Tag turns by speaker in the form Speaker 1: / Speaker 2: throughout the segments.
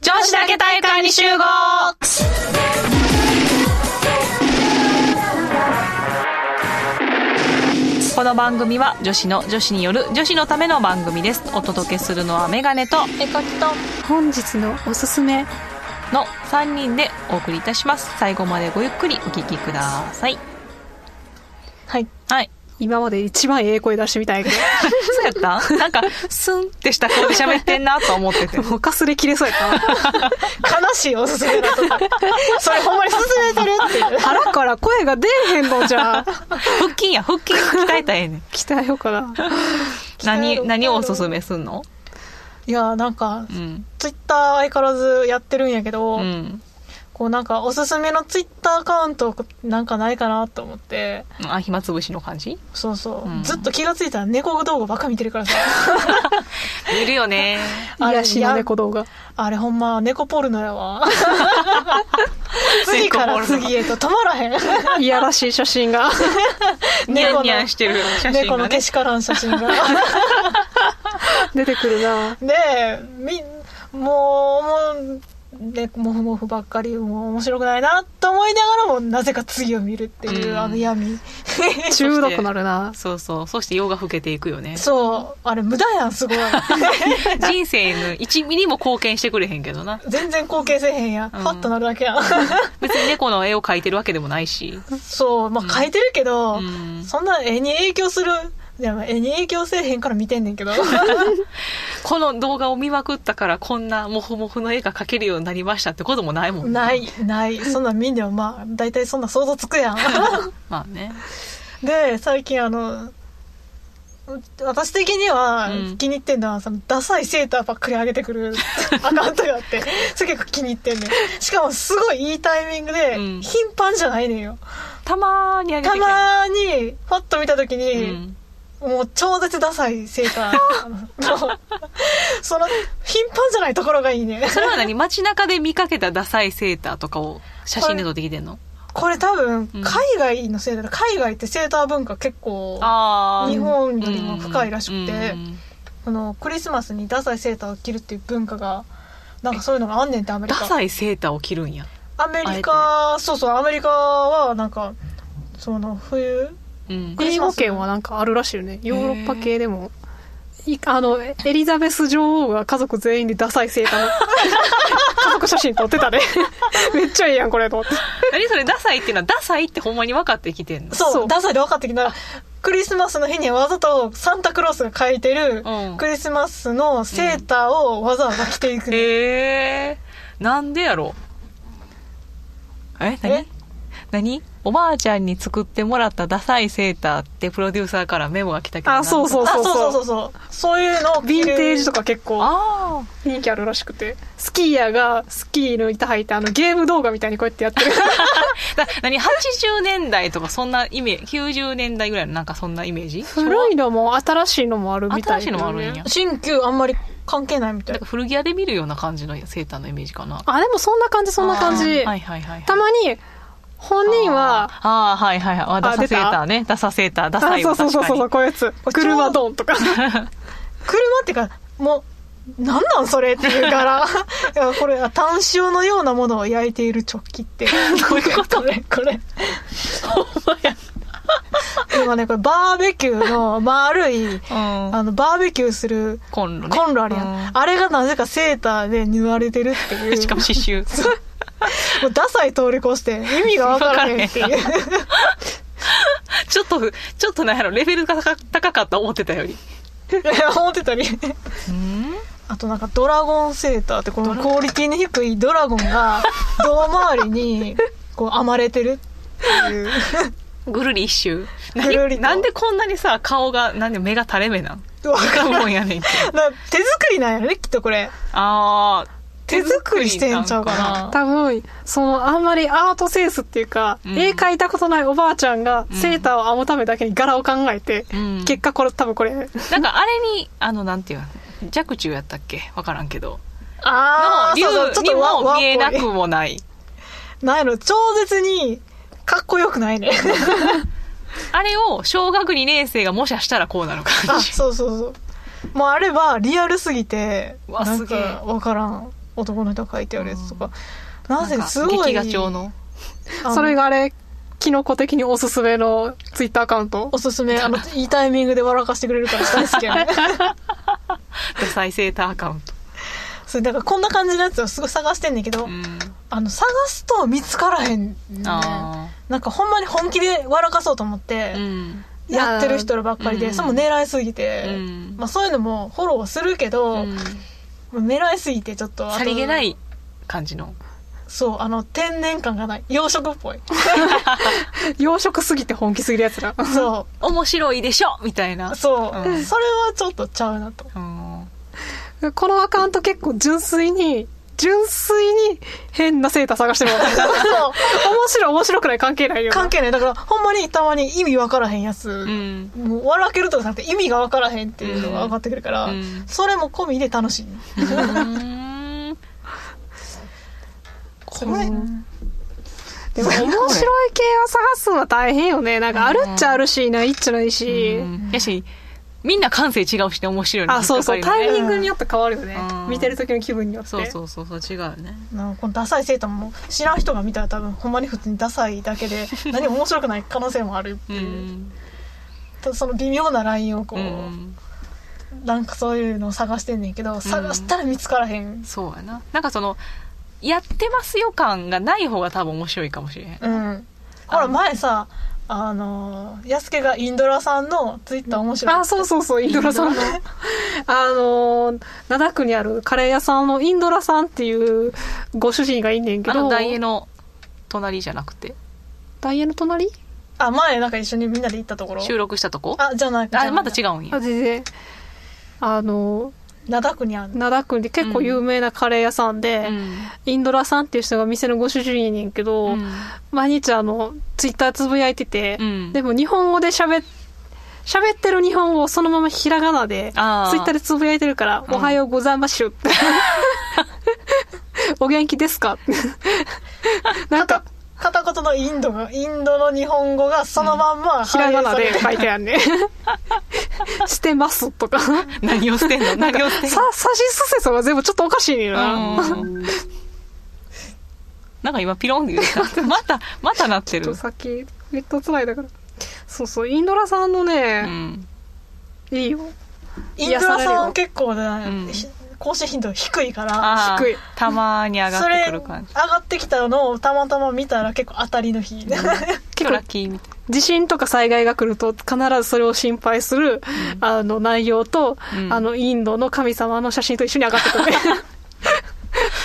Speaker 1: 私だけ体感に集合この番組は女子の女子による女子のための番組です。お届けするのはメガネと
Speaker 2: えこきと
Speaker 3: 本日のおすすめ
Speaker 1: の3人でお送りいたします。最後までごゆっくりお聞きください。
Speaker 3: はい
Speaker 1: はい。
Speaker 3: 今まで一番ええ声出してみたいけ
Speaker 1: そうやったなんか、スンってした顔で喋ってんなと思ってて
Speaker 3: ど。もうかすれ切れそうやった
Speaker 2: 悲しいおすすめだとかそれほんまに勧めてるっていう
Speaker 3: 腹から声が出えへんのじゃあ
Speaker 1: 腹筋や、腹筋鍛えたらええねん。
Speaker 3: 鍛えようかな
Speaker 2: 鍛え
Speaker 1: 何、
Speaker 2: ろ
Speaker 1: 何をおすすめすんの
Speaker 2: いやーなんか
Speaker 1: うん。
Speaker 2: ツイッター相変わらずやってるんやけど、
Speaker 1: うん。
Speaker 2: こうなんかおすすめのツイッターアカウントなんかないかなと思って
Speaker 1: あ、暇つぶしの感じ
Speaker 2: そうそう、
Speaker 1: うん
Speaker 2: ずっと気がついたら猫動画ばっか見てるからさ
Speaker 1: いるよ ね。
Speaker 2: あれ
Speaker 3: 癒しの猫動画
Speaker 2: あれほんま猫ポルノやわ次から次へと止まらへん
Speaker 3: いやらしい写真 が
Speaker 1: ニャン
Speaker 2: 猫
Speaker 1: ニャ
Speaker 2: の
Speaker 1: ンしてる写真
Speaker 2: 猫
Speaker 1: が
Speaker 2: の
Speaker 1: ね
Speaker 2: け。しからん写真が
Speaker 3: 出てくるな
Speaker 2: でみもうもうねもふもふばっかりもう面白くないなと思いながらもなぜか次を見るっていう、
Speaker 1: うん
Speaker 2: あの闇
Speaker 3: 中毒なるな
Speaker 1: そうそう。そして夜が更けていくよね。
Speaker 2: そうあれ無駄や んすごい
Speaker 1: 人生の1ミリも貢献してくれへんけどな。
Speaker 2: 全然貢献せえへんやん
Speaker 1: うん
Speaker 2: パッとなるだけやん
Speaker 1: 別に猫の絵を描いてるわけでもないし。
Speaker 2: そうまあ書いてるけど、
Speaker 1: うん
Speaker 2: そんな絵に影響するでも絵に影響せえへんから見てんねんけど
Speaker 1: この動画を見まくったからこんなモフモフの絵が描けるようになりましたってこともないもんね
Speaker 2: ないないそんなん見んでもまあ大体そんな想像つくやん
Speaker 1: まあね。
Speaker 2: で最近あのう私的には
Speaker 1: うん
Speaker 2: 気に入ってんのは、そのダサいセーターばっかり上げてく るアカウントがあってそれ結構気に入ってんねんしかもすごいいいタイミングで、
Speaker 1: うん
Speaker 2: 頻繁じゃないねんよ
Speaker 1: たまーにあげて
Speaker 2: た
Speaker 1: きた。
Speaker 2: まにパッと見た時に、
Speaker 1: うん
Speaker 2: もう超絶ダサいセー ターもうその頻繁じゃないところがいいね
Speaker 1: それは何街中で見かけたダサいセーターとかを写真で撮ってきてんの
Speaker 2: これ多分
Speaker 1: うん
Speaker 2: 海外のセーター海外ってセーター文化結構
Speaker 1: あー
Speaker 2: 日本よりも深いらしくて
Speaker 1: うん
Speaker 2: このクリスマスにダサいセーターを着るっていう文化がなんかそういうのがあんねんってアメリ
Speaker 1: ダ
Speaker 2: カ
Speaker 1: サいセーターを着るんや。
Speaker 2: アメリカそうそうアメリカはなんかその冬
Speaker 1: うん。
Speaker 3: 英語圏はなんかあるらしいよねヨーロッパ系でもいあのエリザベス女王が家族全員でダサいセー ターの家族写真撮ってたねめっちゃいいやんこれと思って
Speaker 1: 何それダサいっていうのはダサいってほんまに分かってきてんの
Speaker 2: そう
Speaker 3: そう
Speaker 2: ダサいで分かってきたらクリスマスの日にわざとサンタクロースが描いてる
Speaker 1: うん
Speaker 2: クリスマスのセーターをわざわざ着ていく、
Speaker 1: へえー、なんでやろえ何
Speaker 2: え
Speaker 1: 何おばあちゃんに作ってもらったダサいセーターってプロデューサーからメモが来たけどな
Speaker 3: あそうそう
Speaker 2: あそうそうそ
Speaker 3: そうう
Speaker 2: そうそういうのを
Speaker 3: ヴィンテージと
Speaker 2: か
Speaker 3: か結構
Speaker 1: あ あ
Speaker 3: 人気あるらしくてスキーヤーがスキーの板履いてあのゲーム動画みたいにこうやってやってる
Speaker 1: だ何80年代とかそんなイメージ90年代ぐらいのなんかそんなイメージ
Speaker 3: 古いのも新しいのもあるみた
Speaker 1: 新
Speaker 3: い
Speaker 1: しいのもあるんや
Speaker 2: 新旧あんまり関係ないみた
Speaker 1: ないんか古着屋で見るような感じのセーターのイメージかな
Speaker 3: あでもそんな感じそんな感じ、
Speaker 1: はいはいはい
Speaker 3: たまに本人は
Speaker 1: ああはいはいはいあダサセーターねダサセーターダサい
Speaker 3: あ
Speaker 1: わ
Speaker 3: そう
Speaker 1: 確
Speaker 3: そう
Speaker 1: か
Speaker 3: そうそ
Speaker 1: に
Speaker 3: うこういうやつ車ドンと か
Speaker 2: 車っていうかもうなんなんそれっていうから いやこれは炭塩のようなものを焼いている直帰って
Speaker 1: どういうこと
Speaker 2: これこれ 今ねこれバーベキューの丸い
Speaker 1: うん
Speaker 2: あのバーベキューする
Speaker 1: コンロね
Speaker 2: コンロあるやん、
Speaker 1: う
Speaker 2: あれがなぜかセーターで縫われてるっていう
Speaker 1: しかも刺繍
Speaker 2: もうダサい通り越して意味が分からへんっていう
Speaker 1: ちょっと、ちょっとなんやろ、レベルが高高かった、思ってたより。
Speaker 2: 思ってたりあとなんかドラゴンセーターってこのクオリティの低いドラゴンが胴回りにこう編まれてるって いう
Speaker 1: ぐるり一周。
Speaker 2: ぐる
Speaker 1: 何
Speaker 2: りと
Speaker 1: なんでこんなにさ、顔が、なんで目が垂れ目なん
Speaker 2: わから
Speaker 1: か
Speaker 2: ん
Speaker 1: もんやねんけど。
Speaker 2: な手作りなんやろねきっとこれ
Speaker 1: あー。
Speaker 2: 手作りしてんちゃうかな
Speaker 3: 多分そのあんまりアートセンスっていうか、
Speaker 1: うん
Speaker 3: 絵描いたことないおばあちゃんがセーターを編むためだけに柄を考えて、
Speaker 1: うん
Speaker 3: 結果これ多分これ
Speaker 1: なんかあれに、あの、なんていうの、弱中やったっけわからんけど。
Speaker 2: あ
Speaker 1: の、
Speaker 2: ーそうそう
Speaker 1: 竜に
Speaker 2: 和
Speaker 1: も
Speaker 2: 和っぽ
Speaker 1: 見
Speaker 2: い
Speaker 1: えなくもない。
Speaker 2: なんやろ超絶にかっこよくないね
Speaker 1: あれを小学2年生が模写したらこうなる感
Speaker 2: あ
Speaker 1: じ。
Speaker 2: そうそうそうもうあればリアルすぎて
Speaker 1: わ
Speaker 2: なん
Speaker 1: すげえ
Speaker 2: か分からん男の人が書いてあるやつとか、なぜ
Speaker 1: なんか
Speaker 2: すご
Speaker 1: 劇
Speaker 2: い
Speaker 1: 画調の
Speaker 2: あの
Speaker 3: それがあれ、キノコ的におすすめのツイッターアカウント
Speaker 2: お。すすめあのいいタイミングで笑かしてくれるから大好 きやね
Speaker 1: ダサいセーターアカウント。
Speaker 2: それだからこんな感じのやつをすごい探してんねんけど、
Speaker 1: うん。
Speaker 2: あの探すと見つからへんね
Speaker 1: あ
Speaker 2: なんかほんまに本気で笑かそうと思って
Speaker 1: あ。うん。
Speaker 2: やってる人らばっかりで、
Speaker 1: うん
Speaker 2: それも狙いすぎて、
Speaker 1: うん
Speaker 2: まあ、そういうのもフォローするけど、
Speaker 1: うん
Speaker 2: 狙いすぎてちょっとあと
Speaker 1: さりげない感じの。
Speaker 2: そうあの天然感がない洋食っ ぽい
Speaker 3: 養殖すぎて本気すぎるやつら。
Speaker 2: そ
Speaker 1: 面白いでしょみたいな
Speaker 2: う。そう、
Speaker 1: うん
Speaker 2: それはちょっとちゃうなと
Speaker 1: うん。
Speaker 3: このアカウント結構純粋に、純粋に変なセーター 探してるわけ。面
Speaker 2: そ
Speaker 3: 白い面白くない関係ないよ
Speaker 2: う
Speaker 3: な。
Speaker 2: 関係ないだからほんまにたまに意味わからへんや
Speaker 1: う
Speaker 2: つ、
Speaker 1: ん。
Speaker 2: もう笑けるとかじゃなくて意味がわからへんっていうのが上がってくるから、
Speaker 1: うん
Speaker 2: それも込みで楽しい
Speaker 1: うん
Speaker 2: これ、
Speaker 3: うんでも面白い系を探すのは大変よね。なんかあるっちゃあるし、ないっちゃないし。
Speaker 1: やし、みんな感性違うしね、面白いの
Speaker 3: あ、そうそう。
Speaker 1: やっぱ
Speaker 3: タ
Speaker 1: りね
Speaker 3: イミングによって変わるよね
Speaker 1: う。ん
Speaker 3: 見てる時の気分によって。
Speaker 1: そうそうそうそう、違うよね。
Speaker 2: なんかこのダサいセーターも知らん人が見たら多分ほんまに普通にダサいだけで何も面白くない可能性もあるって
Speaker 1: う
Speaker 2: いう、
Speaker 1: ん。
Speaker 2: ただその微妙なラインをこう、
Speaker 1: うん
Speaker 2: なんかそういうのを探してんねんけど探したら見つからへん
Speaker 1: そうやな。なんかその、やってますよ感がない方が多分面白いかもしれへん。
Speaker 2: うん、ほら前さあのー、やすけがインドラさんのツイッター面白い
Speaker 3: あ、そうそうそう、インドラさんの。あのー、灘区にあるカレー屋さんのインドラさんっていうご主人がいんねんけ
Speaker 1: あ
Speaker 3: ど。
Speaker 1: の、ダイエの隣じゃなくて、
Speaker 3: ダイエの隣
Speaker 2: あ前なんか一緒にみんなで行ったところ
Speaker 1: 収録したとこ
Speaker 2: あじゃない
Speaker 1: あ、まだ違
Speaker 2: う
Speaker 1: うんや
Speaker 3: あ、。全然。あの
Speaker 2: 灘区にある
Speaker 3: ー、灘区で結構有名なカレー屋さんで、
Speaker 1: うん
Speaker 3: インドラさんっていう人が店のご主人やねんけど、毎日あの、ツイッターつぶやいてて、
Speaker 1: うん
Speaker 3: でも日本語で喋っ喋ってる日本語をそのままひらがなで、ツイ
Speaker 1: あー
Speaker 3: ッターでつぶやいてるから、
Speaker 1: ん
Speaker 3: おはようござ いますって。お元気で すかなんか、
Speaker 2: 片言のインドがインドの日本語がそのまんま
Speaker 3: ひらがなで書い
Speaker 2: 反映され
Speaker 3: てあ んね。してますとか。さ、
Speaker 1: 何をしてんの何をしてんの
Speaker 3: さしすせそが全部ちょっとおかしいねんな。
Speaker 1: うんなんか今ピロンって言 ってた。また、またなって
Speaker 3: ちょっと
Speaker 1: る。
Speaker 3: さっき、ネットつないだから。そうそう、インドラさんの
Speaker 1: う
Speaker 3: ね、
Speaker 1: ん。
Speaker 3: いいよ。
Speaker 2: インド
Speaker 3: 癒
Speaker 2: ラ
Speaker 3: される
Speaker 2: さ
Speaker 3: わ
Speaker 2: ん結構ね、
Speaker 1: うん
Speaker 2: ひ更新頻度低いから
Speaker 1: あー
Speaker 3: 低い。
Speaker 1: たまに上が
Speaker 2: そ
Speaker 1: って
Speaker 2: れ
Speaker 1: く
Speaker 2: 上
Speaker 1: る
Speaker 2: が
Speaker 1: 感じ。
Speaker 2: ってきたのをたまたま見たら結構当たりの日
Speaker 1: 結構ラッキーみたい
Speaker 3: 地震とか災害が来ると必ずそれを心配する、あの内容と、
Speaker 1: うん
Speaker 3: あのインドの神様の写真と一緒に上がって くる、ね、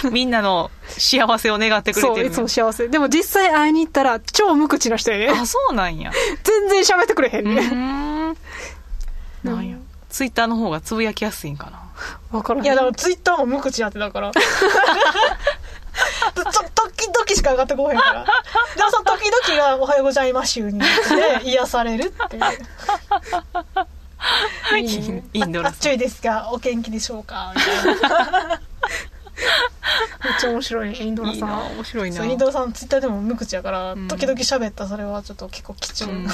Speaker 1: な。みんなの幸せを願ってくれ
Speaker 3: そ
Speaker 1: て
Speaker 3: う
Speaker 1: る。
Speaker 3: いつも幸せでも実際会いに行ったら超無口な人やね
Speaker 1: あ、そうなん や。
Speaker 3: 全然喋ってくれへん
Speaker 1: う
Speaker 3: ね
Speaker 1: ーん。なんや。ツイッターの方がつぶやきやすいんかな。
Speaker 3: わからへん
Speaker 2: いやだからツイッターも無口やってたか らちょ時々しか上がってこへんからでもその時々が「おはようございます」になって癒されるっていう
Speaker 3: い
Speaker 2: 「
Speaker 3: いね
Speaker 1: インド
Speaker 2: あ
Speaker 1: ラ
Speaker 2: っ
Speaker 1: さ
Speaker 2: ちょいですがお元気でしょうか」みたいな
Speaker 3: めっちゃ面白いねインド
Speaker 1: ん。
Speaker 3: ラ
Speaker 1: いい
Speaker 3: さ
Speaker 1: な。
Speaker 3: ん
Speaker 1: 面白いな。
Speaker 2: そうインドラさんツイッターでも無口やから、
Speaker 1: ん
Speaker 2: 時々喋ったそれはちょっと結構貴重、
Speaker 1: うん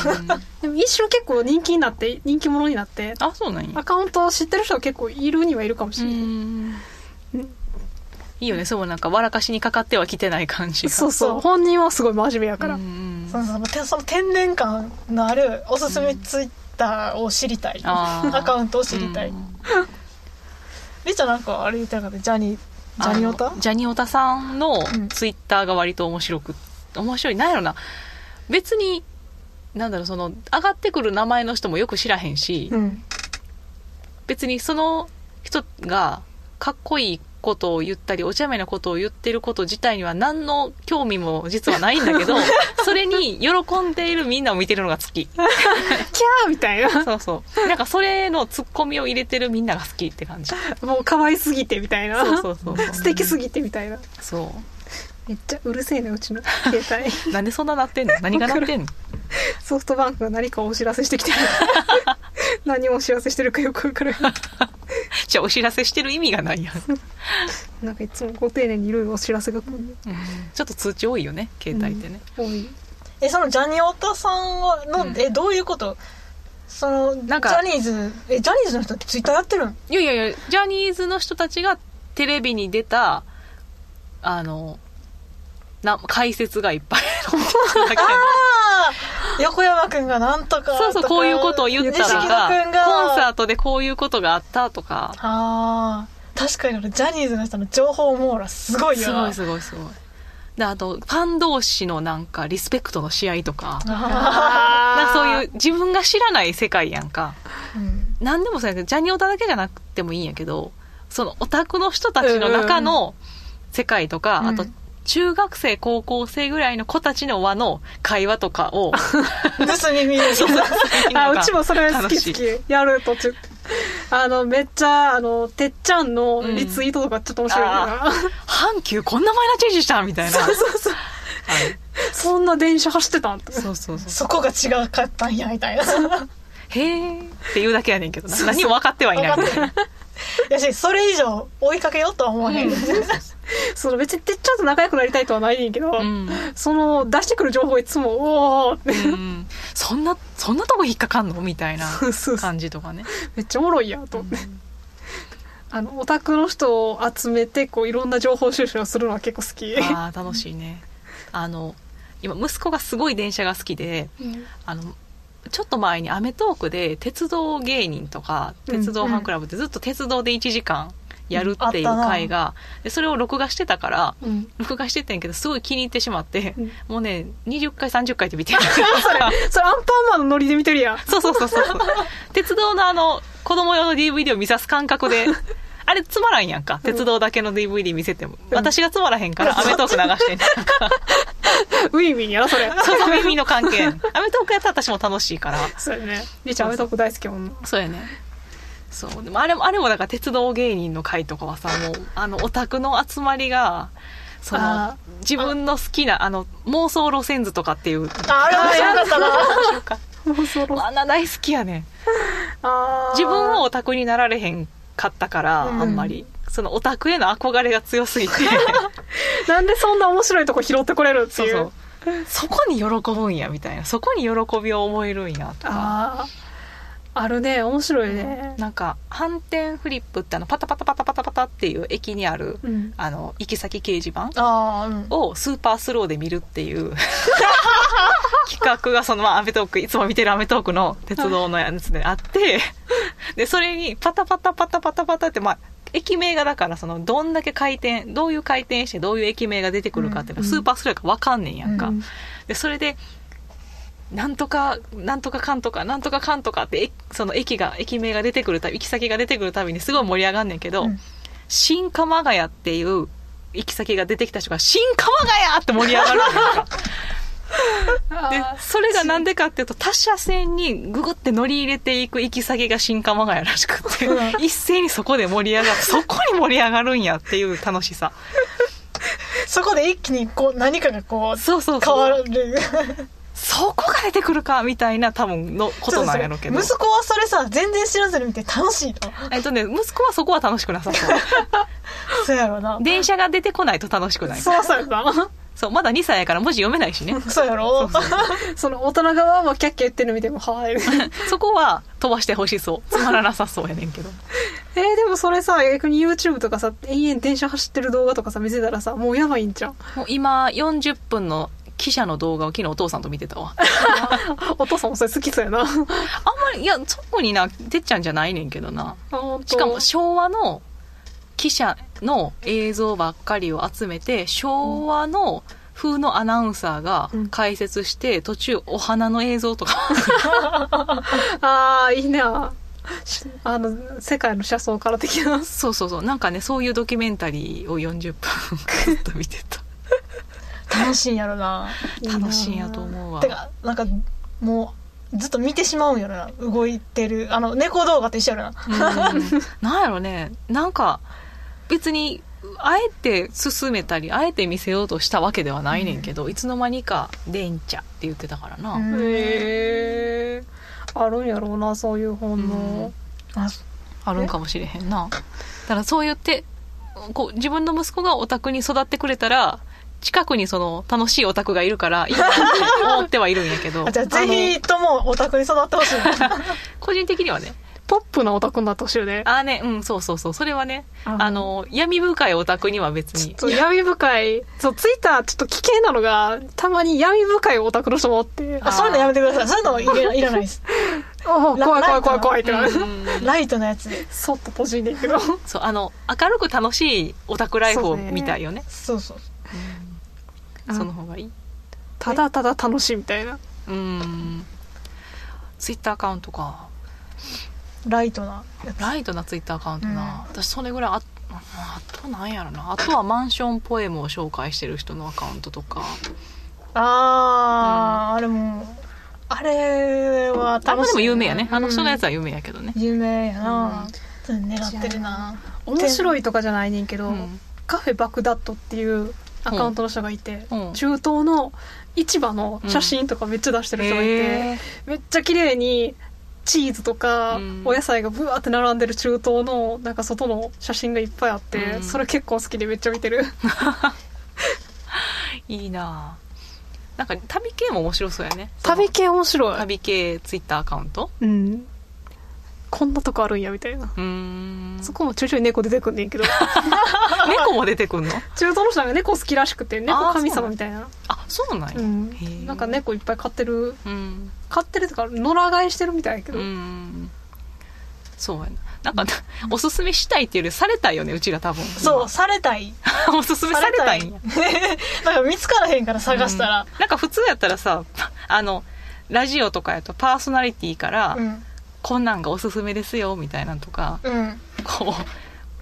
Speaker 3: でも一瞬結構人気になって人気者になって
Speaker 1: あ、そうなんや
Speaker 3: ア。カウントを知ってる人は結構いるにはいるかもし
Speaker 1: う
Speaker 3: れない、
Speaker 1: んいいよね。そう、なんか笑かしにかかってはきてない感じが。
Speaker 3: そうそう
Speaker 2: そう
Speaker 3: 本人はすごい真面目やから、
Speaker 1: うんうん
Speaker 2: そのそのてその天然感のあるおすすめツイッターを知りたい、
Speaker 1: あー
Speaker 2: アカウントを知りたい、
Speaker 1: うん
Speaker 2: りっちゃんなんかあれ言ってなかったジャニジャニオ
Speaker 1: あ
Speaker 2: タ
Speaker 1: のジャニオタさんの
Speaker 2: うん
Speaker 1: ツイッターが割と面白く、面白い。なんやろな。別に、なんだろう、その、上がってくる名前の人もよく知らへんし、
Speaker 2: うん
Speaker 1: 別にその人がかっこいいことを言ったり、お茶目なことを言ってること自体には何の興味も実はないんだけど、 それに喜んでいるみんなを見てるのが好き。
Speaker 3: キャーみたいな
Speaker 1: そうそう。なんかそれのツッコミを入れてるみんなが好きって感じ。
Speaker 3: もう可愛すぎてみたいな
Speaker 1: そうそうそうそう。
Speaker 3: 素敵すぎてみたいな
Speaker 1: そ
Speaker 3: めっちゃうるせえねうちの携帯
Speaker 1: う。なんでそんななってんの何がなってんの
Speaker 3: ソフトバンクが何かお知らせしてき てる何をお知らせしてるかよくわからない
Speaker 1: じゃあお知らせしてる意味がない やん。
Speaker 3: なんかいつもご丁寧にいろいろお知らせが来るね
Speaker 1: ちょっと通知多いよね、携帯ってね。
Speaker 3: 多い。
Speaker 2: えそのジャニオタさんはの、
Speaker 1: うん
Speaker 2: えどういうことその
Speaker 1: なんか
Speaker 2: ジャニーズえジャニーズの人ってツイッターやってるん
Speaker 1: いやいやいや、ジャニーズの人たちがテレビに出た、あのな解説がいっぱい載ってたんだけど
Speaker 2: あー横山くんがなんとかとか
Speaker 1: そうそうこういうことを言ったと
Speaker 2: 錦野く
Speaker 1: か
Speaker 2: んが
Speaker 1: コンサートでこういうことがあったとか
Speaker 2: あー確かにあのジャニーズの人の情報網羅すごいよ
Speaker 1: すご
Speaker 2: ない
Speaker 1: すごいすごいであとファン同士のなんかリスペクトの試合とか
Speaker 2: あ
Speaker 1: なんかそういうう自分が知らない世界やんか
Speaker 2: ーうん
Speaker 1: 何でもそうやけどジャニオタだけじゃなくてもいいんやけどそのオタクの人たちの中の世界とか、
Speaker 2: うん
Speaker 1: あと中学生高校生ぐらいの子たちの輪の会話とか を
Speaker 2: 盗み見る
Speaker 3: あ、うちもそれ好
Speaker 1: 楽
Speaker 3: き
Speaker 1: し
Speaker 3: 好
Speaker 1: い
Speaker 3: き。やる途中。あの、めっちゃ、あの、てっちゃんのリツイートとかちょっと面白いな。
Speaker 1: 阪急こんなマイナーチェンジしたみたいな
Speaker 3: そうそうそう。
Speaker 1: はい
Speaker 3: そんな電車走ってたんって。
Speaker 1: そうそうそう
Speaker 2: そこが違かったんやみ たいな
Speaker 1: へえって言うだけやねんけどな何も分かってはいないみたいな
Speaker 2: やしそれ以上追いかけようとは思わへん、
Speaker 3: その別にてっちゃんと仲良くなりたいとはないねんけど、
Speaker 1: うん
Speaker 3: その出してくる情報いつも、おーって。
Speaker 1: うんそんなそんなとこ引っかかんのみたいな
Speaker 3: そうそうそう
Speaker 1: 感じと かね
Speaker 3: めっちゃおもろいやと思って、あのオタクの人を集めてこういろんな情報収集をするのは結構好き
Speaker 1: ああ楽しいねあの今息子がすごい電車が好きであのちょっと前に『アメトーーク』で鉄道芸人とか鉄道ファンクラブってずっと鉄道で1時間やるっていう
Speaker 2: うんあったな
Speaker 1: 回が、でそれを録画してたから
Speaker 3: うん
Speaker 1: 録画しててんけどすごい気に入ってしまって、
Speaker 3: うん
Speaker 1: もうね20回30回って見てる
Speaker 3: それアンパンマンのノリで見てるやん
Speaker 1: そうそうそうそうそう鉄道のあの子供用の DVD を見さす感覚であれつまらんやんか鉄道だけの DVD 見せても、
Speaker 3: うん
Speaker 1: 私がつまらへんから『アメトーーク』流してんねん
Speaker 3: ウィンウィンやなそれ
Speaker 1: そうそう耳の関係アメトークやったら私も楽しいから
Speaker 3: そうやねりーちゃんアメトーク大好きやもんな
Speaker 1: そうやねそうでもあれもあれもだから鉄道芸人の会とかはさもうあのオタクの集まりがその
Speaker 2: あ
Speaker 1: 自分の好きなあの妄想路線図とかっていう
Speaker 2: あれは知らなかったな
Speaker 3: もうそ ろ
Speaker 1: あんな大好きやねん
Speaker 3: あー
Speaker 1: 自分はオタクになられへんかったから、
Speaker 3: うん
Speaker 1: あんまりそのオタクへの憧れが強すぎて
Speaker 3: なんでそんな面白いとこ拾ってこれるって
Speaker 1: そ
Speaker 3: いうう
Speaker 1: そうそこに喜ぶんやみたいなそこに喜びを思えるんやとか
Speaker 3: あああるね面白いね
Speaker 1: なんか反転フリップってあのパタパタパタパタパタっていう駅にある
Speaker 3: うん
Speaker 1: あの行き先掲示板
Speaker 2: あーうん
Speaker 1: をスーパースローで見るっていう 企画がその、まあ、アメトークいつも見てるアメトークの鉄道のやつであってでそれにパタパタパタパタパタって、まあ、駅名がだからそのどんだけ回転どういう回転してどういう駅名が出てくるかっていうの
Speaker 3: うん
Speaker 1: スーパースローやから分かんねんやんか。
Speaker 3: うん
Speaker 1: でそれでなんとかなんとかかんとかなんとかかんとかってえその駅が駅名が出てくるたび行き先が出てくるたびにすごい盛り上がんねんけど、
Speaker 2: うん
Speaker 1: 新鎌ヶ谷っていう行き先が出てきた人が「新鎌ヶ谷!」って盛り上がるのよ
Speaker 3: あ
Speaker 1: でそれがなんでかっていうと他社線にググって乗り入れていく行き先が新鎌ヶ谷らしくて
Speaker 2: う
Speaker 1: 一斉にそこで盛り上がるそこに盛り上がるんやっていう楽しさ
Speaker 2: そこで一気にこう何かがこう
Speaker 1: そうそう
Speaker 2: 変
Speaker 1: そ
Speaker 2: わ
Speaker 1: う
Speaker 2: る
Speaker 1: そこが出てくるかみたいな多分のことなんやろうけど
Speaker 2: 息子はそれさ全然知らずに見て楽しいの
Speaker 1: えっとね、息子はそこは楽しくなさ そう。
Speaker 2: そうやろな
Speaker 1: 電車が出てこないと楽しくない。
Speaker 3: そうそうやな
Speaker 1: そう、まだ2歳やから文字読めないしね。
Speaker 2: そうやろ
Speaker 3: その大人側もキャッキャ言ってるの見てもはーい
Speaker 1: そこは飛ばしてほしそう。つまらなさそうやねんけど。
Speaker 3: えー、でもそれさ逆に YouTube とかさ延々電車走ってる動画とかさ見せたらさもうやばいんじゃん
Speaker 1: もう今、40分の記者の動画を昨日お父さんと見てたわ。
Speaker 3: お父さんもそれ好きそうやな
Speaker 1: あんまり、いや、そこにな、てっちゃんじゃないねんけどな。し
Speaker 3: し
Speaker 1: かも昭和の記者の映像ばっかりを集めて、昭和の風のアナウンサーが解説して、途中お花の映像とか
Speaker 3: ああいいなしあの世界の車窓から的な
Speaker 1: そうそうそうなんかねそういうドキュメンタリーを40分 ずっと見てた
Speaker 2: 楽しいんやろない
Speaker 3: いな
Speaker 1: 楽しいんやと思うわ
Speaker 2: てかなんかもうずっと見てしまうんやろな動いてるあの猫動画と一緒やろな
Speaker 1: うんなんやろねなんか別にあえて進めたりあえて見せようとしたわけではないねんけど、いつの間にか「電茶」って言ってたからな、
Speaker 2: うん
Speaker 3: へえあるんやろうなそういう本の、
Speaker 2: あ
Speaker 1: あるんかもしれへんなだからそう言ってこう自分の息子がオタクに育ってくれたら近くにその楽しいオタクがいるからいいなって思ってはいるんやけど
Speaker 2: あじゃあぜひともオタクに育ってほしいな
Speaker 1: 個人的にはね
Speaker 3: ポップなオタクになってほしいよね。
Speaker 1: ああね、うん、そうそうそう。それはね、
Speaker 3: あ
Speaker 1: あの、闇深いオタクには別
Speaker 3: ちょっ
Speaker 1: に。
Speaker 3: と闇深い、そう、ツイッターちょっと危険なのが、たまに闇深いオタクの人もおって、
Speaker 2: あそういうのやめてくださいそういうのいらいらないです
Speaker 3: おお、
Speaker 2: ラ
Speaker 3: 怖い怖い怖い怖いってなる。
Speaker 1: うん
Speaker 2: ライトなやつで
Speaker 3: そっと閉じんねんけ ど。
Speaker 1: そう、あの、明るく楽しいオタクライフ
Speaker 3: そ
Speaker 1: を
Speaker 3: うね
Speaker 1: 見たいよね。
Speaker 2: そうそう
Speaker 1: そ
Speaker 3: うん
Speaker 1: の方がいい。
Speaker 3: ただただ楽しいみたいな。
Speaker 1: うん。ツイッターアカウントか。
Speaker 2: ライトなやつ
Speaker 1: ライトなツイッターアカウントな。私、それぐらいあ、ああとなんやろな。あとはマンションポエムを紹介してる人のアカウントとか。
Speaker 2: あー、あれもあれは
Speaker 1: あれも
Speaker 2: 楽
Speaker 1: で
Speaker 2: しい
Speaker 1: も有名やね。あの人の
Speaker 3: うん
Speaker 1: やつは有名やけどね。
Speaker 2: 有名やな、願ってるな
Speaker 3: 面白いとかじゃないねんけど、
Speaker 1: うん
Speaker 3: カフェバグダッドっていうアカウントの人がいて、
Speaker 1: うん
Speaker 3: 中東の市場の写真とかめっちゃ出してる人がいて、
Speaker 1: へ
Speaker 3: めっちゃ綺麗にチーズとか
Speaker 1: うん
Speaker 3: お野菜がブワーって並んでる中東のなんか外の写真がいっぱいあって、
Speaker 1: うん
Speaker 3: それ結構好きでめっちゃ見てる
Speaker 1: ーいいなぁなんか旅系も面白そうやね。
Speaker 3: 旅系面白い、
Speaker 1: 旅系ツイッターアカウント
Speaker 3: うん、こんなとこあるんやみたいな、
Speaker 1: うーん。
Speaker 3: そこもちょいちょい猫出てくんねんけ ど中
Speaker 1: 猫も出てくんの
Speaker 3: 東の人なんか猫好きらしくて
Speaker 1: あ
Speaker 3: 猫
Speaker 1: ー
Speaker 3: 神様みたいな
Speaker 1: あ、そうなんや。
Speaker 3: うん
Speaker 1: へー
Speaker 3: なんか。猫いっぱい飼ってる
Speaker 1: うん。
Speaker 3: 飼ってるとか野良飼いしてるみたいやけ
Speaker 1: う
Speaker 3: ど、
Speaker 1: ん。そうやな。なんか、おすすめしたいっていうよりされたいよね、うちら多分。
Speaker 2: そうされたい
Speaker 1: 今。おすすめされたいんや。
Speaker 2: なんか見つからへんから探したら、
Speaker 1: うんなんか普通やったらさ、 あの、ラジオとかやとパーソナリティから、
Speaker 2: うん
Speaker 1: こんなんがおすすめですよ、みたいなのとか、
Speaker 2: うん
Speaker 1: こ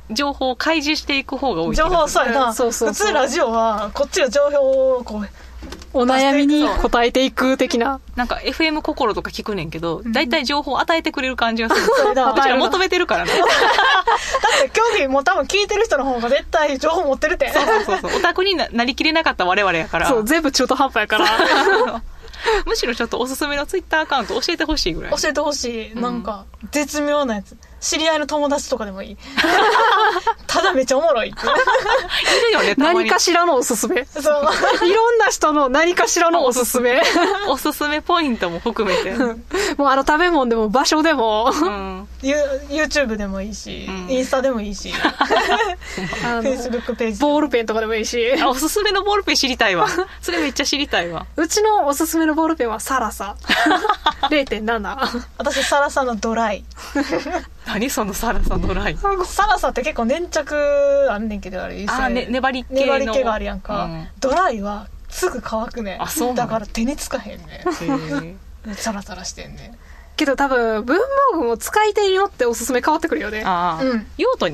Speaker 1: う、情報を開示していく方が多い気
Speaker 2: 情
Speaker 1: がする。
Speaker 2: 報そうやな、
Speaker 3: うんそうそうそう
Speaker 2: 普通ラジオは こっちが情報をこう
Speaker 3: お悩みに答えていく的な
Speaker 1: なんか FM 心とか聞くねんけど
Speaker 2: う、ん
Speaker 1: だいたい情報を与えてくれる感じがする。
Speaker 2: それだ
Speaker 1: うち
Speaker 2: だ
Speaker 1: ら求めてるからね。
Speaker 2: って興味も多分聞いてる人の方が絶対情報持ってるって
Speaker 1: そうそうそうそう。オタクにななりきれなかった我々やから。
Speaker 3: そう全部中途半端やから
Speaker 1: むしろちょっとおすすめのツイッターアカウント教えてほしいぐらい。
Speaker 2: 教えてほしいなんか絶妙なやつ知り合いの友達とかでもいいただめっちゃおもろいって
Speaker 1: いるよね、たま
Speaker 3: 何
Speaker 1: に
Speaker 3: か。しらのおすす め
Speaker 2: そう
Speaker 3: いろんな人の何かしらのおす すめ
Speaker 1: おすすめポイントも含めて。うん。
Speaker 3: もうあの食べ物でも場所 でも
Speaker 2: ユ YouTube でもいいし、
Speaker 1: うん
Speaker 2: インスタでもいいし
Speaker 3: あの
Speaker 2: Facebook ページでも
Speaker 3: ボールペンとかでもいいし
Speaker 1: あおすすめのボールペン知りたい わ。それめっちゃ知りたいわ。
Speaker 3: うちのおすすめのボールペンはサ ラサ0.7
Speaker 2: 私サラサのドライ
Speaker 1: 何そのサラサドライ。
Speaker 2: サラサって結構粘着あんねんけどあれ油性
Speaker 1: あ、ね、粘り系の。
Speaker 2: 粘り気があるやんか、
Speaker 1: うんへ
Speaker 2: ドライはすぐ乾くね
Speaker 1: あそうなん
Speaker 2: だから手につかへんね
Speaker 1: ー
Speaker 2: サラサラしてんね
Speaker 3: けど多分文房具も使い手によっておすすめ変わってくるよね
Speaker 1: ああ、
Speaker 2: うん
Speaker 1: 用途が違う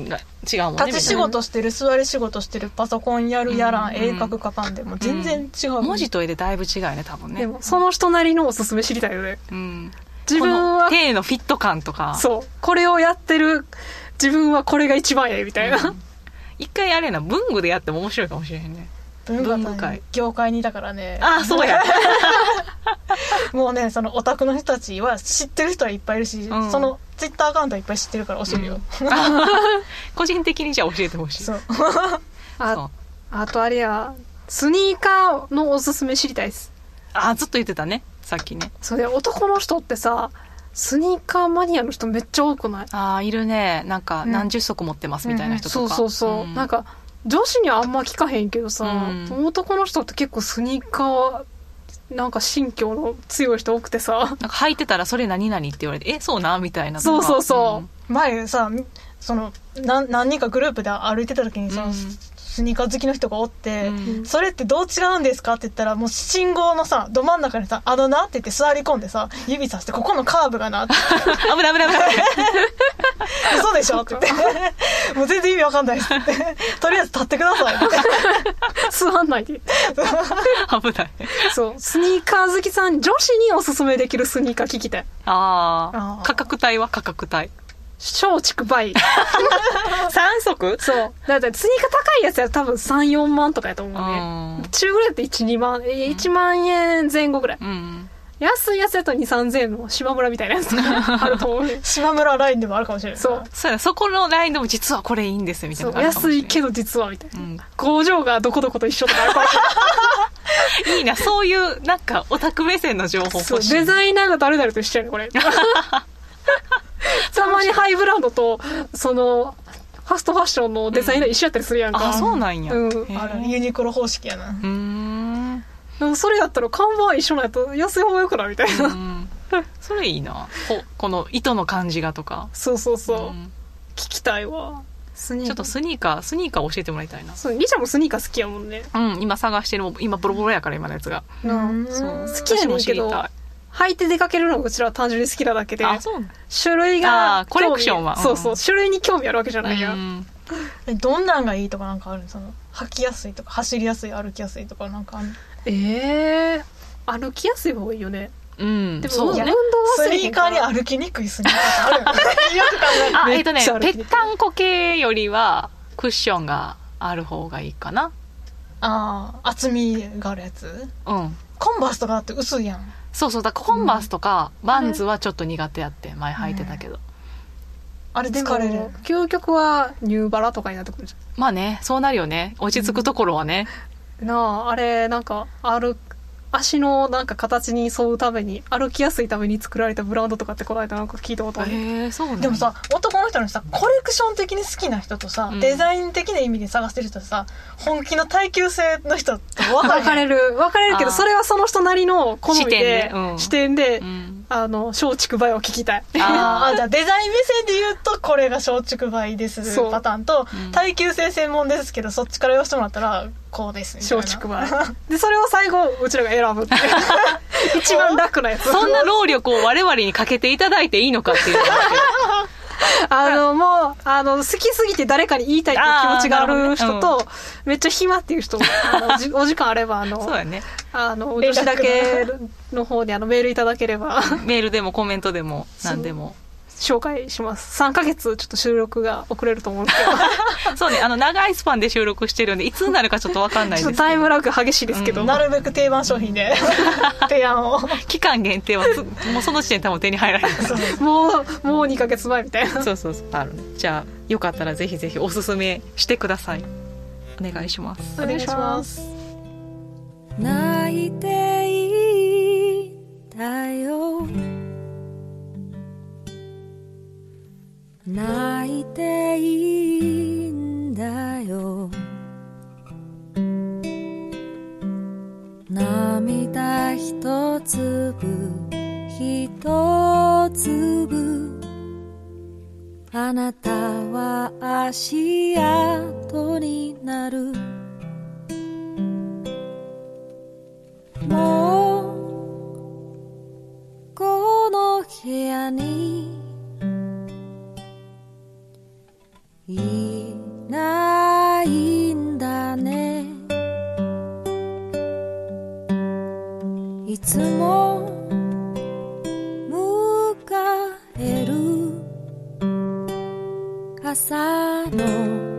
Speaker 1: もんね。
Speaker 2: 立ち仕事してる座り仕事してるパソコンやるやらん、
Speaker 1: うん
Speaker 2: 絵描くかかんでも全然違う、
Speaker 1: みんなね文字と絵でだいぶ違うよね、多分ね。
Speaker 3: でもその人なりのおすすめ知りたいよね
Speaker 1: うん。
Speaker 3: 自分
Speaker 1: この
Speaker 3: は
Speaker 1: 手のフィット感とか。
Speaker 3: そうこれをやってる自分はこれが一番やみたいな、
Speaker 1: 一回あれやな、文具でやっても面白いかもしれへんね。
Speaker 2: 文化
Speaker 1: 文具界
Speaker 2: 業界にだからね
Speaker 1: ああ、そうや。
Speaker 2: もうねそのオタクの人たちは知ってる人はいっぱいいるし、
Speaker 1: うん
Speaker 2: そのツイッターアカウントはいっぱい知ってるから教えるよ、
Speaker 1: 個人的にじゃあ教えてほしい。
Speaker 2: そう
Speaker 1: そう
Speaker 3: ああとあれやスニーカーのおすすめ知りたいです
Speaker 1: あ、ずっと言ってたね、さっきね。
Speaker 3: それ男の人ってさスニーカーマニアの人めっちゃ多くない
Speaker 1: ああ、いるね。なんか、
Speaker 3: うん
Speaker 1: 何十足持ってますみたいな人
Speaker 3: そ
Speaker 1: と
Speaker 3: う
Speaker 1: か。
Speaker 3: そうそう、
Speaker 1: ん
Speaker 3: なん、か女子にはあんま聞かへんけどさ、
Speaker 1: うん
Speaker 3: 男の人って結構スニーカーなんか信教の強い人多くてさ
Speaker 1: なんか履いてたらそれ何々って言われて、え、そうなみたいなとか。
Speaker 3: そうそうそう、
Speaker 2: 前さそのな何人かグループで歩いてた時にその、
Speaker 1: うん
Speaker 2: スニーカー好きの人がおって、
Speaker 1: うん
Speaker 2: それってどう違うんですかって言ったらもう信号のさど真ん中にさ「あのな」って言って座り込んでさ指さして「ここのカーブが な」って
Speaker 1: 危ない危ない危 ない。
Speaker 2: 「嘘でしょ」っ て言って「もう全然意味わかんない」って言って「とりあえず立ってください」って
Speaker 3: 座んないで
Speaker 1: 危ない。
Speaker 3: そうスニーカー好きさん女子におすすめできるスニーカー聞きたい
Speaker 1: あ
Speaker 2: あ
Speaker 1: あ。
Speaker 2: ー
Speaker 1: 価格帯は価格帯。
Speaker 3: 松竹梅
Speaker 1: 三足
Speaker 3: そう。だってスニーカー高いやつや多分3、4万とかやと思うね。
Speaker 1: ん。
Speaker 3: 中ぐらいだって1、2万、えー1万円前後ぐらい。
Speaker 1: うん。
Speaker 3: 安いやつやと2、3千円の島村みたいなや つがあると思うね。
Speaker 2: 島村ラインでもあるかもしれない
Speaker 3: そう
Speaker 1: そうやなそこのラインでも実はこれいいんですみたい
Speaker 3: そ
Speaker 1: なの
Speaker 3: う。
Speaker 1: があるかも
Speaker 3: 安
Speaker 1: しれん
Speaker 3: いけど実はみたいな。
Speaker 1: うん
Speaker 3: 工場がどこどこと一緒とかあ るかもしれない
Speaker 1: いいな、そういう、なんか、オタク目線の情報
Speaker 3: そう
Speaker 1: 欲しい。
Speaker 3: デザイナーが誰々と一緒やねこれ。たまにハイブランドとそのファストファッションのデザインが一緒やったりするやんか、
Speaker 1: あそうなんや、
Speaker 3: うん
Speaker 1: へー
Speaker 2: あるユニクロ方式やな
Speaker 1: うーん
Speaker 3: でもそれやったら看板一緒なんやと安い方がよくないみたいな、
Speaker 1: うんそれいいなここの糸の感じがとか
Speaker 3: そうそうそう、
Speaker 1: ん
Speaker 3: 聞きたいわスニー
Speaker 1: ちょ
Speaker 3: カー
Speaker 1: っとスニーカースニーカー教えてもらいたいな
Speaker 3: そうリチャもスニーカー好きやもんね
Speaker 1: うん今探してる今ボロボロやから今のやつが
Speaker 3: うん
Speaker 2: そう
Speaker 3: 好きやねん
Speaker 1: 私も知
Speaker 3: けど
Speaker 1: りたい
Speaker 3: 履いて出かけるのがうちらは単純に好きなだけで
Speaker 1: あそうなん
Speaker 3: 種類が
Speaker 1: あーコレクションは
Speaker 3: 興味そうそううん種類に興味あるわけじゃないや、
Speaker 1: うん
Speaker 2: えどんなんがいいとかなんかあるのその履きやすいとか走りやすい歩きやすいとかなんかあるの
Speaker 3: ええ歩きやすい方がいいよね
Speaker 1: うん
Speaker 3: でも
Speaker 1: そう
Speaker 3: 運動
Speaker 1: ね
Speaker 3: は
Speaker 2: ス
Speaker 3: せえへ
Speaker 2: ニ
Speaker 3: ん
Speaker 2: ーカ
Speaker 3: か
Speaker 2: ーに
Speaker 3: ら
Speaker 2: 歩きにくいスニーカーってあ るよよく考えたら
Speaker 1: あ
Speaker 3: め
Speaker 1: えっ
Speaker 3: っち
Speaker 1: と
Speaker 3: ゃ
Speaker 1: ね
Speaker 3: 歩い
Speaker 1: ぺ
Speaker 3: てる
Speaker 1: ったんこ系よりはクッションがある方がいいかな
Speaker 2: ああ厚みがあるやつ
Speaker 1: うん
Speaker 2: コンバースとかだって薄いやん
Speaker 1: そうそうだからコンバースとかバンズはちょっと苦手やって前履いてたけど
Speaker 2: あれ
Speaker 3: で
Speaker 2: 疲れる
Speaker 3: も究極はニューバラとかになってくるじ
Speaker 1: まあねそうなるよね落ち着くところはね
Speaker 3: ゃんなああれなんか歩足のなんか形に沿うために歩きやすいために作られたブランドとかってこの間なんか聞いたことある、
Speaker 1: へえそうなんや
Speaker 2: でもさ男の人のさコレクション的に好きな人とさ、
Speaker 1: うん
Speaker 2: デザイン的な意味で探してる人とさ本気の耐久性の人と分か
Speaker 3: 分か
Speaker 2: れ
Speaker 3: れる分かれるけど
Speaker 1: あー
Speaker 3: それはその人なりの好みで
Speaker 1: 視点ねうん
Speaker 3: 視点で,、
Speaker 1: うん
Speaker 3: あの松竹梅を聞きたい
Speaker 2: あ
Speaker 1: あ
Speaker 2: あーじゃあデザイン目線で言うとこれが松竹梅です
Speaker 3: そう
Speaker 2: パターンと、
Speaker 1: うん
Speaker 2: 耐久性専門ですけどそっちから言わせてもらったらこうですみたいな
Speaker 3: 松竹梅でそれを最後うちらが選ぶっ ていう一番楽なやつ
Speaker 1: そんな労力を我々にかけていただいていいのかっていうのがあるけど
Speaker 3: あの、もう、あの、好きすぎて誰かに言いたいっていう気持ちがある
Speaker 1: あー
Speaker 3: 人
Speaker 1: なるほ
Speaker 3: と、めっちゃ暇っていう人も、あのじお時間あれば、あ
Speaker 1: そう
Speaker 3: の、
Speaker 1: やね。
Speaker 3: あの、女子だけ
Speaker 2: 連
Speaker 3: の方にあのメールいただけれ ば、
Speaker 1: メールでもコメントでも何でも。
Speaker 3: 紹介します。3ヶ月、ちょっと収録が遅れると思うんです
Speaker 1: そうね、あの、長いスパンで収録してるんで、いつになるかちょっとわかんな
Speaker 3: けど、
Speaker 1: いで
Speaker 3: ちょ
Speaker 1: す
Speaker 3: っ
Speaker 1: け
Speaker 3: と
Speaker 1: ど。
Speaker 3: タイムラグ激しいですけど、
Speaker 1: うん
Speaker 2: なるべく定番商品で 提案を
Speaker 1: 期間限定はす、もうその時点で多分手に入らない。
Speaker 2: そう
Speaker 3: もう、もう2ヶ月前みたいな。
Speaker 1: そうそうそう。あるね。じゃあ、よかったらぜひぜひおすすめしてください。お願いします。
Speaker 2: お願いします
Speaker 4: 泣いていいんだよ泣いていいんだよ涙一粒一粒あなたは足跡になるもうこの部屋にいないんだねいつも迎える朝の